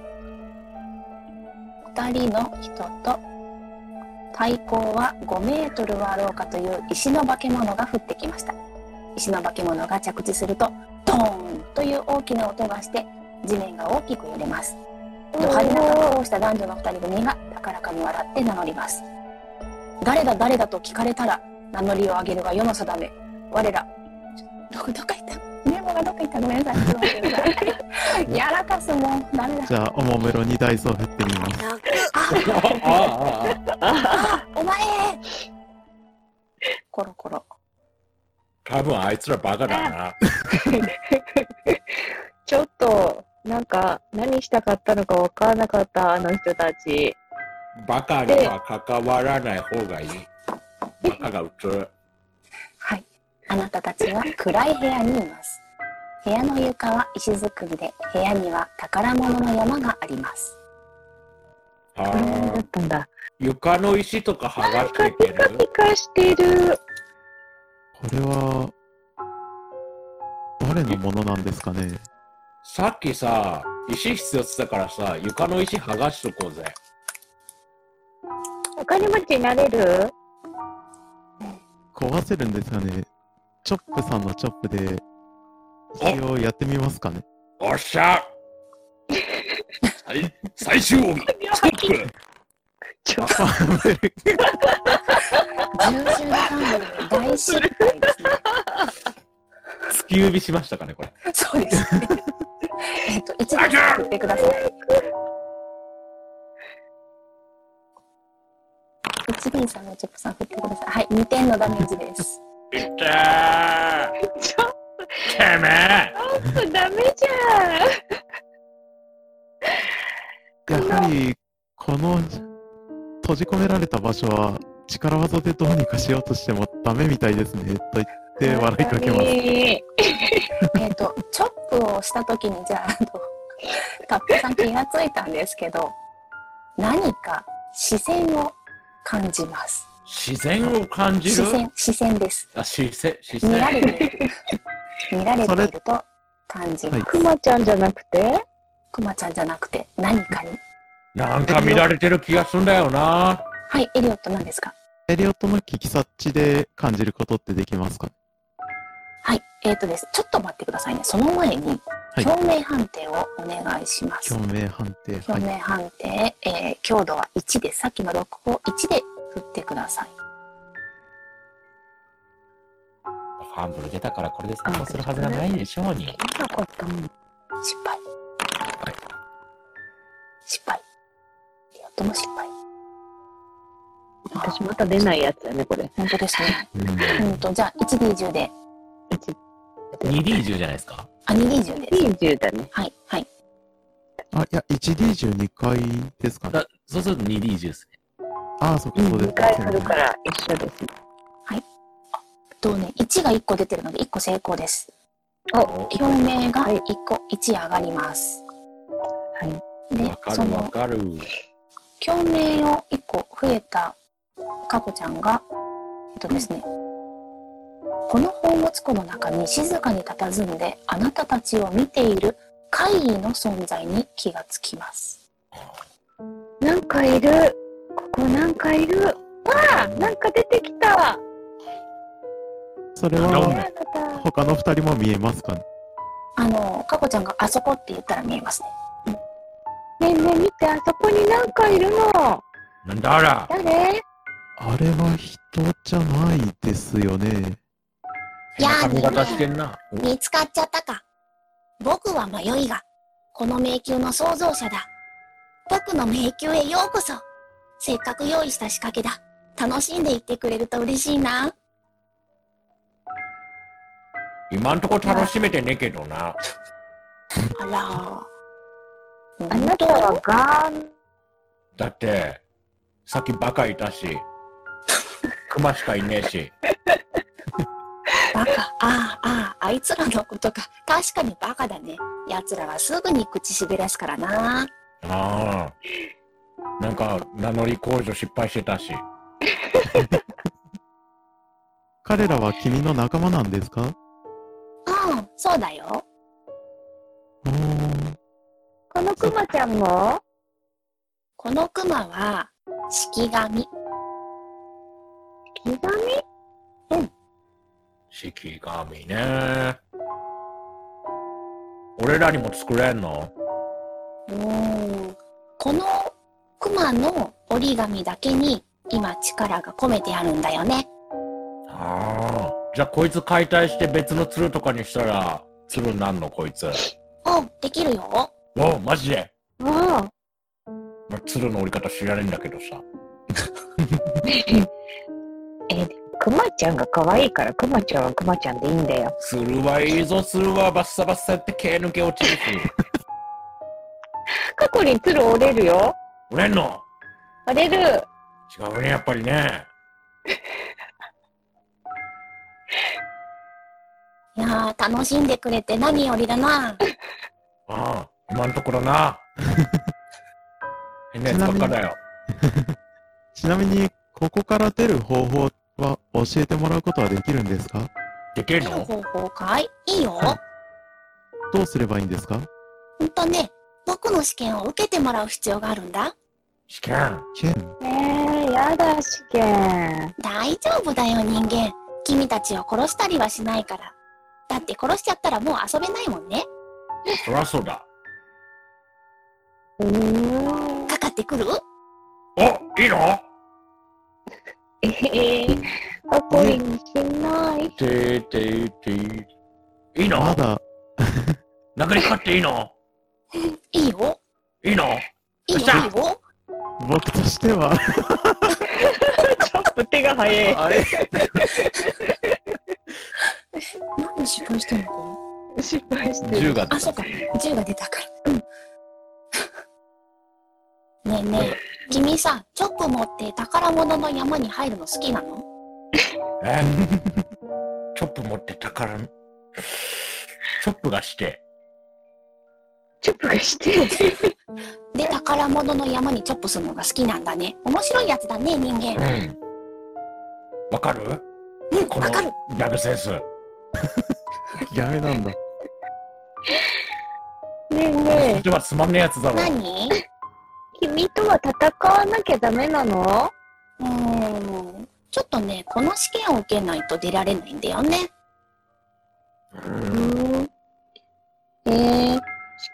[SPEAKER 1] 二人の人と対抗は5メートルはあろうかという石の化け物が降ってきました石の化け物が着地するとドーンという大きな音がして地面が大きく揺れますド派手な格好をした男女の二人組が高らかに笑って名乗ります誰だ誰だと聞かれたら名乗りを上げるが世の定め我らちょどどっか行ったメモがどっか行ったごめんなさいちょっと待ってください やらかすもうダメだ
[SPEAKER 2] じゃあ、おもむろにダイスを振ってみます。
[SPEAKER 5] ああああ
[SPEAKER 1] お前コロコロ。
[SPEAKER 5] 多分あいつらバカだな。
[SPEAKER 4] ちょっと、なんか、何したかったのかわからなかった、あの人たち。
[SPEAKER 5] バカには関わらない方がいい。バカがうつる。
[SPEAKER 1] はい。あなたたちは暗い部屋にいます。部屋の床は石造りで、部屋には宝物の山があります。
[SPEAKER 5] あ
[SPEAKER 4] これだ
[SPEAKER 5] ー
[SPEAKER 4] ったんだ。
[SPEAKER 5] 床の石とか剥が
[SPEAKER 4] なん
[SPEAKER 5] し
[SPEAKER 4] か
[SPEAKER 5] てい
[SPEAKER 4] ピ
[SPEAKER 5] け
[SPEAKER 4] カピ
[SPEAKER 5] る
[SPEAKER 4] カしてる。
[SPEAKER 2] これは、誰のものなんですかね
[SPEAKER 5] さっきさ、石必要って言ったからさ、床の石剥がしとこうぜ。
[SPEAKER 4] お金持ちになれる
[SPEAKER 2] 壊せるんですかねチョップさんのチョップで、一応やってみますかね
[SPEAKER 5] おっし ゃはい、最終奥義、ストップ
[SPEAKER 4] ちょっ
[SPEAKER 1] 重々な感度で大失敗ですね。
[SPEAKER 5] 突き指しましたかね、これ。
[SPEAKER 1] そうですね。えっと、一度
[SPEAKER 5] あちゃん
[SPEAKER 1] 振ってください。1B さんのチョップさん振ってください。はい、2点のダメージです。
[SPEAKER 5] いったー
[SPEAKER 4] と、ちょって
[SPEAKER 5] めえ
[SPEAKER 4] とダメじゃん。
[SPEAKER 2] やはり、この、閉じ込められた場所は、力技でどうにかしようとしてもダメみたいですね。と言って笑いかけます。
[SPEAKER 4] す。
[SPEAKER 1] えっと、チョップをしたときに、じゃあ、あの タップさん気がついたんですけど、何か視線を感じます。
[SPEAKER 5] 自然を感じ
[SPEAKER 1] 視
[SPEAKER 5] る
[SPEAKER 1] 線、視線です。
[SPEAKER 5] あ、視線、視
[SPEAKER 1] 見ら
[SPEAKER 5] 線。
[SPEAKER 1] れてい る。見られていると感じます。
[SPEAKER 2] はい
[SPEAKER 4] くまちゃんじゃなくて
[SPEAKER 1] くまちゃんじゃなくて何かに。
[SPEAKER 5] なんか見られてる気がするんだよな。
[SPEAKER 1] はい、エリオット何ですか
[SPEAKER 2] エリオットの聞き察知で感じることってできますか
[SPEAKER 1] はい、えーとです。ちょっと待ってくださいね。その前に、
[SPEAKER 2] はい
[SPEAKER 1] 表明判定をお願いします。
[SPEAKER 2] 共鳴判定。は
[SPEAKER 1] 表
[SPEAKER 2] い。
[SPEAKER 1] 明判定、えー強度は1です。さっきの6を1で振ってください。
[SPEAKER 5] ファンブル出たからこれで成功するはずがないでしょうに。
[SPEAKER 1] 失敗。失敗。エリオットも失敗。
[SPEAKER 4] 私また出ないやつだね、これ。
[SPEAKER 1] 本当ですね。
[SPEAKER 5] うん
[SPEAKER 1] うんと、じゃあ 1D10 で、
[SPEAKER 5] 2D10 じゃないですか。
[SPEAKER 1] あ、2D10 です。
[SPEAKER 4] 20だね。
[SPEAKER 1] はい、はい。
[SPEAKER 2] あ、いや、1D12 回ですかね。
[SPEAKER 5] だそうすると 2D10 ですね。
[SPEAKER 2] ああ、そこそうです。
[SPEAKER 4] 2回振るから一緒ですね。
[SPEAKER 1] とね、1が1個出てるので1個成功です。
[SPEAKER 5] お
[SPEAKER 1] 表明が1個、1上がります。。
[SPEAKER 4] はい
[SPEAKER 1] で
[SPEAKER 5] わ、か
[SPEAKER 1] そ
[SPEAKER 5] るわ
[SPEAKER 1] の、
[SPEAKER 5] かる。
[SPEAKER 1] 共鳴を1個増えたかこちゃんが、えっとですね、この宝物庫の中に静かに佇んであなたたちを見ている怪異の存在に気がつきます。
[SPEAKER 4] なんかいる。ここなんかいる。わあ、なんか出てきた。
[SPEAKER 2] それ
[SPEAKER 5] どうも
[SPEAKER 2] は、
[SPEAKER 4] あなた
[SPEAKER 2] 他の二人も見えますかね
[SPEAKER 1] あの、かこちゃんがあそこって言ったら見えますね。
[SPEAKER 4] ねえねえ見て、あそこになんかいるの。
[SPEAKER 5] なんだあら。
[SPEAKER 4] 誰
[SPEAKER 2] あれは人じゃないですよね。
[SPEAKER 6] いやー
[SPEAKER 5] 変な髪型してんな。
[SPEAKER 6] 見つかっちゃったか。僕は迷いが、この迷宮の創造者だ。僕の迷宮へようこそ。せっかく用意した仕掛けだ。楽しんでいってくれると嬉しいな。
[SPEAKER 5] 今んとこ楽しめてねえけどな。
[SPEAKER 1] あらー。
[SPEAKER 4] あなたはガーン。
[SPEAKER 5] だって、さっきバカいたし、クマしかいねえし、
[SPEAKER 6] バカ。ああ、ああ、あいつらのことか。確かにバカだね。奴らはすぐに口滑らすからな。
[SPEAKER 5] ああ。なんか、名乗り控除失敗してたし。
[SPEAKER 2] 彼らは君の仲間なんですか
[SPEAKER 6] うん、そうだよ。
[SPEAKER 2] うーん
[SPEAKER 4] このクマちゃんも
[SPEAKER 6] このクマは、式神。
[SPEAKER 4] 刻み
[SPEAKER 5] 式神ね。俺らにも作れんの
[SPEAKER 6] うーんこのクマの折り紙だけに今力が込めてあるんだよね。
[SPEAKER 5] ああ。じゃあこいつ解体して別の鶴とかにしたら、鶴になんのこいつ。
[SPEAKER 6] うん、できるよ。
[SPEAKER 5] おうマジで、
[SPEAKER 4] わ
[SPEAKER 5] まあ、鶴の折り方知らねえんだけどさ。
[SPEAKER 4] あ、クマちゃんが可愛いからクマちゃんはクマちゃんでいいんだよ。
[SPEAKER 5] 鶴はいいぞ、鶴はバッサバッサやって毛抜け落ちるし。
[SPEAKER 4] 過去に鶴折れるよ。
[SPEAKER 5] 折れんの
[SPEAKER 4] 折れる。
[SPEAKER 5] 違うね、やっぱりね。
[SPEAKER 6] いやー、楽しんでくれて何よりだな。
[SPEAKER 5] ああ、今んところ な。変なやつばっかだよ。
[SPEAKER 2] ちなみに、ここから出る方法は教えてもらうことはできるんですか
[SPEAKER 5] でけえ
[SPEAKER 6] いい
[SPEAKER 5] の
[SPEAKER 6] 方法かいいいよ。
[SPEAKER 2] はいどうすればいいんですか
[SPEAKER 6] ほんとね、僕の試験を受けてもらう必要があるんだ。
[SPEAKER 5] 試験。
[SPEAKER 2] 剣
[SPEAKER 4] ええやだ、試験。
[SPEAKER 6] 大丈夫だよ、人間。君たちを殺したりはしないから。だって殺しちゃったらもう遊べないもんね。
[SPEAKER 5] そらそうだ。
[SPEAKER 4] うーん。
[SPEAKER 6] かかってくる
[SPEAKER 5] おいいの
[SPEAKER 4] ええ過去にしない。
[SPEAKER 5] てーてーてー。いいの
[SPEAKER 2] まだ、
[SPEAKER 5] 殴りかかっていいの
[SPEAKER 6] いいよ。
[SPEAKER 5] いいの
[SPEAKER 6] いいよ、い
[SPEAKER 5] よっしゃ
[SPEAKER 6] いよ。
[SPEAKER 2] 僕としては、
[SPEAKER 4] ちょっと手が早い。
[SPEAKER 5] あれ
[SPEAKER 1] 何で失敗したのかな
[SPEAKER 4] 失敗してる。
[SPEAKER 5] 銃が
[SPEAKER 6] あ、そうか。銃が出たから。う ん。ねえねえ、君さ、チョップ持って宝物の山に入るの好きなの
[SPEAKER 5] えチョップ持ってたから、チョップがして、
[SPEAKER 4] チョップがして、
[SPEAKER 1] で、宝物の山にチョップするのが好きなんだね。面白いやつだね、人間。
[SPEAKER 5] うん。わかる
[SPEAKER 1] うん、
[SPEAKER 5] こ
[SPEAKER 1] わかる。
[SPEAKER 5] のラブセンス。
[SPEAKER 2] やめなんだ。
[SPEAKER 4] ねえ
[SPEAKER 5] そっ
[SPEAKER 4] ね
[SPEAKER 5] ちはつまんねえやつだろ。
[SPEAKER 1] 何
[SPEAKER 4] え、君とは戦わなきゃダメなの
[SPEAKER 1] うーん。ちょっとね、この試験を受けないと出られないんだよね。
[SPEAKER 5] うん。
[SPEAKER 4] えー、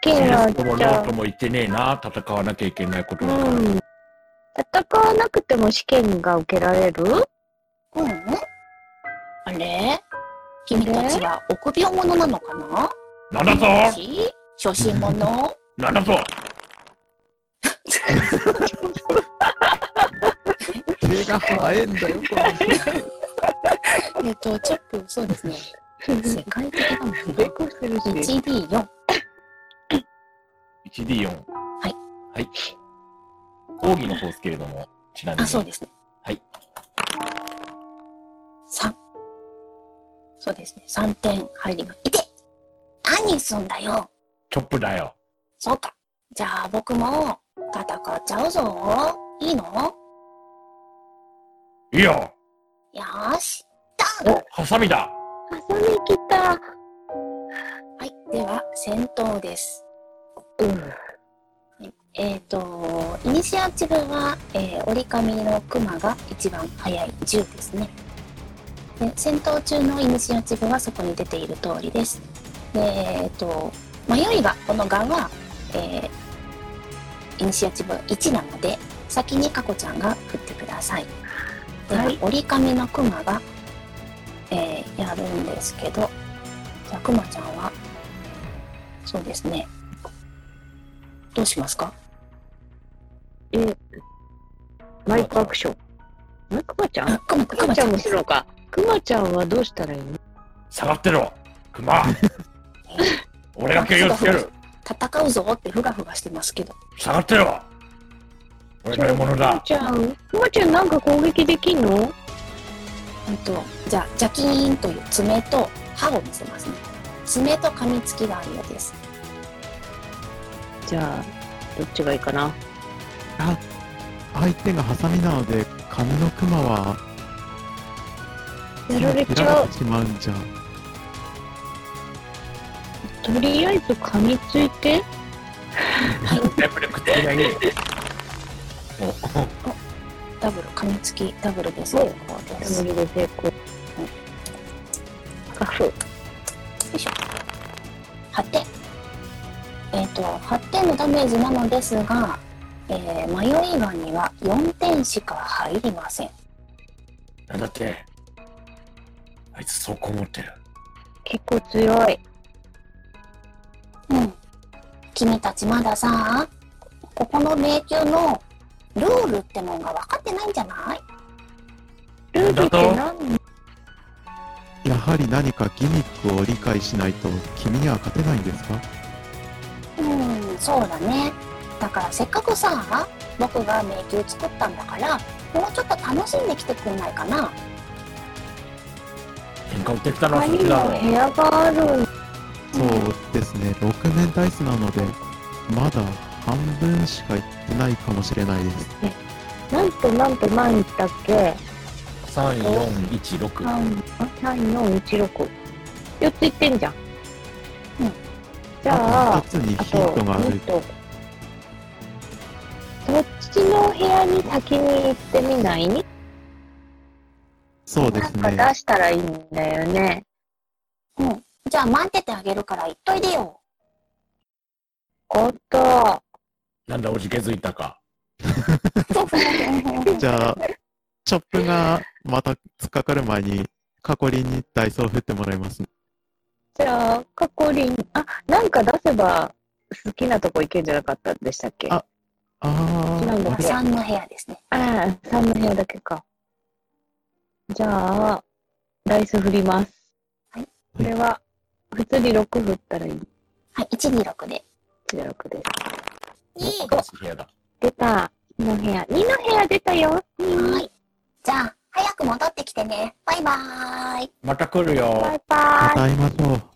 [SPEAKER 4] 試験は
[SPEAKER 5] こも
[SPEAKER 4] じ
[SPEAKER 5] ノ
[SPEAKER 4] ゃ
[SPEAKER 5] ートも言ってねえな、戦わなきゃいけないこと
[SPEAKER 4] あ、
[SPEAKER 5] だから。
[SPEAKER 4] うん。戦わなくても試験が受けられる
[SPEAKER 1] うんうん。あれ君たちは臆病者なのかな
[SPEAKER 5] なんだぞ
[SPEAKER 1] 私初心者
[SPEAKER 5] なんだぞ
[SPEAKER 2] 手が生えんだよ、こ
[SPEAKER 1] えっと、チョップ、そうですね。世界的だもんな。
[SPEAKER 4] 成功してるし。
[SPEAKER 1] 1D4。
[SPEAKER 5] 1D4。
[SPEAKER 1] はい。
[SPEAKER 5] はい。講義の方ですけれども、ちなみに。
[SPEAKER 1] あ、そうですね。
[SPEAKER 5] はい。
[SPEAKER 1] 3。そうですね。3点入ります。いて何すんだよ
[SPEAKER 5] チョップだよ。
[SPEAKER 1] そうか。じゃあ僕も戦っちゃうぞ。いいの
[SPEAKER 5] いいよ
[SPEAKER 1] よーし。ダン
[SPEAKER 5] おハサミだ
[SPEAKER 4] ハサミ来た。
[SPEAKER 1] はい。では、戦闘です。うん。えっ、と、イニシアチブは、えー折り紙のクマが一番早い10ですね。で、戦闘中のイニシアチブはそこに出ている通りです。で、えっ、と、迷いが、この蛾は、えーイニシアチブ1なので、先にカコちゃんが振ってください。では、
[SPEAKER 4] はい
[SPEAKER 1] 折り紙のクマが、えーやるんですけど、じゃあ、くまちゃんは、そうですね。どうしますか
[SPEAKER 4] マイクアクション。んクマちゃ
[SPEAKER 1] あ
[SPEAKER 4] ん、
[SPEAKER 1] くま、
[SPEAKER 4] ク
[SPEAKER 1] く
[SPEAKER 4] マ
[SPEAKER 1] ま
[SPEAKER 4] ち
[SPEAKER 1] ち
[SPEAKER 4] ゃ
[SPEAKER 1] ゃ
[SPEAKER 4] ん
[SPEAKER 1] ん
[SPEAKER 4] も
[SPEAKER 1] ですす
[SPEAKER 4] るのか。クマちゃんはどうしたらいいの
[SPEAKER 5] 下がってろ クマ俺が蹴りをつける
[SPEAKER 1] 戦うぞってふがふがしてますけど。
[SPEAKER 5] 下がってろ俺の獲物
[SPEAKER 4] クマ
[SPEAKER 5] だ
[SPEAKER 4] ちゃん、クマちゃんなんか攻撃できんの
[SPEAKER 1] うんと、じゃあ、ジャキーンという爪と歯を見せますね。爪と噛みつきがあるようです。
[SPEAKER 4] じゃあ、どっちがいいかな。
[SPEAKER 2] 相手がハサミなので、髪のクマは、
[SPEAKER 4] やられち
[SPEAKER 2] 切ら
[SPEAKER 4] ゃ
[SPEAKER 2] れ
[SPEAKER 4] う。
[SPEAKER 2] てしまうんじゃ。
[SPEAKER 4] とりあえず噛みついて。
[SPEAKER 5] レプレクつけないね
[SPEAKER 1] ダブル、噛みつき、ダブルで成功です。
[SPEAKER 4] 無理で成功。カフ。
[SPEAKER 1] 8点。えっ、と、8点のダメージなのですが、えー、迷いガには4点しか入りません。
[SPEAKER 5] なんだってあいつそこ持ってる
[SPEAKER 4] 結構強い。
[SPEAKER 1] うん。君たちまださ、ここの迷宮のルールってもんが分かってないんじゃない
[SPEAKER 4] ルールって何
[SPEAKER 2] やはり何かギミックを理解しないと、君には勝てないんですか
[SPEAKER 1] うん、そうだね。だからせっかくさ、僕が迷宮作ったんだから、もうちょっと楽しんできてくんないかな
[SPEAKER 5] 喧嘩売ってきたのは
[SPEAKER 4] 他
[SPEAKER 5] そっ
[SPEAKER 4] に
[SPEAKER 5] ちだ
[SPEAKER 4] も
[SPEAKER 5] ろ
[SPEAKER 4] 部屋がある。
[SPEAKER 2] そうですね、6面ダイスなので、まだ半分しかいってないかもしれないです。
[SPEAKER 4] なんとなんと何言ったっけ
[SPEAKER 5] 3416
[SPEAKER 4] ?3、あ3、4、1、6。4つ言ってんじゃん。
[SPEAKER 1] うん。
[SPEAKER 4] じゃあ
[SPEAKER 2] 2、つに
[SPEAKER 4] あ
[SPEAKER 2] ヒン
[SPEAKER 4] と、
[SPEAKER 2] トがあ
[SPEAKER 4] う
[SPEAKER 2] る
[SPEAKER 4] んとそっちの部屋に先に行ってみない
[SPEAKER 2] そうで
[SPEAKER 4] な
[SPEAKER 2] す
[SPEAKER 4] んか
[SPEAKER 2] ね
[SPEAKER 4] 出。したらいいんだよね。
[SPEAKER 1] うん。じゃあ待っててあげるから言っといでよ。
[SPEAKER 4] こと、あ
[SPEAKER 5] なんだおじけづいたか
[SPEAKER 2] じゃあ、チョップがまた突っかかる前に、カコリンにダイスを振ってもらいます。
[SPEAKER 4] じゃあ、過去に、あ、なんか出せば好きなとこ行けんじゃなかったんでしたっけ
[SPEAKER 2] あ
[SPEAKER 4] あ
[SPEAKER 2] あ
[SPEAKER 4] 違うん
[SPEAKER 2] ー、
[SPEAKER 4] だ
[SPEAKER 1] 3の部屋ですね。
[SPEAKER 4] あ、3の部屋だけか。じゃあ、ダイス振ります。
[SPEAKER 1] はい
[SPEAKER 4] これは、普通に6振ったらいい。
[SPEAKER 1] はい、126で。
[SPEAKER 4] 1で6です。
[SPEAKER 1] いい
[SPEAKER 5] 同じ部屋だ
[SPEAKER 4] 出た。2の部屋。2の部屋出たよ。
[SPEAKER 1] はい。じゃあ、早く戻ってきてね。バイバーイ。
[SPEAKER 5] また来るよ
[SPEAKER 4] バイバ
[SPEAKER 2] ま。
[SPEAKER 4] イ
[SPEAKER 2] た会いましょう。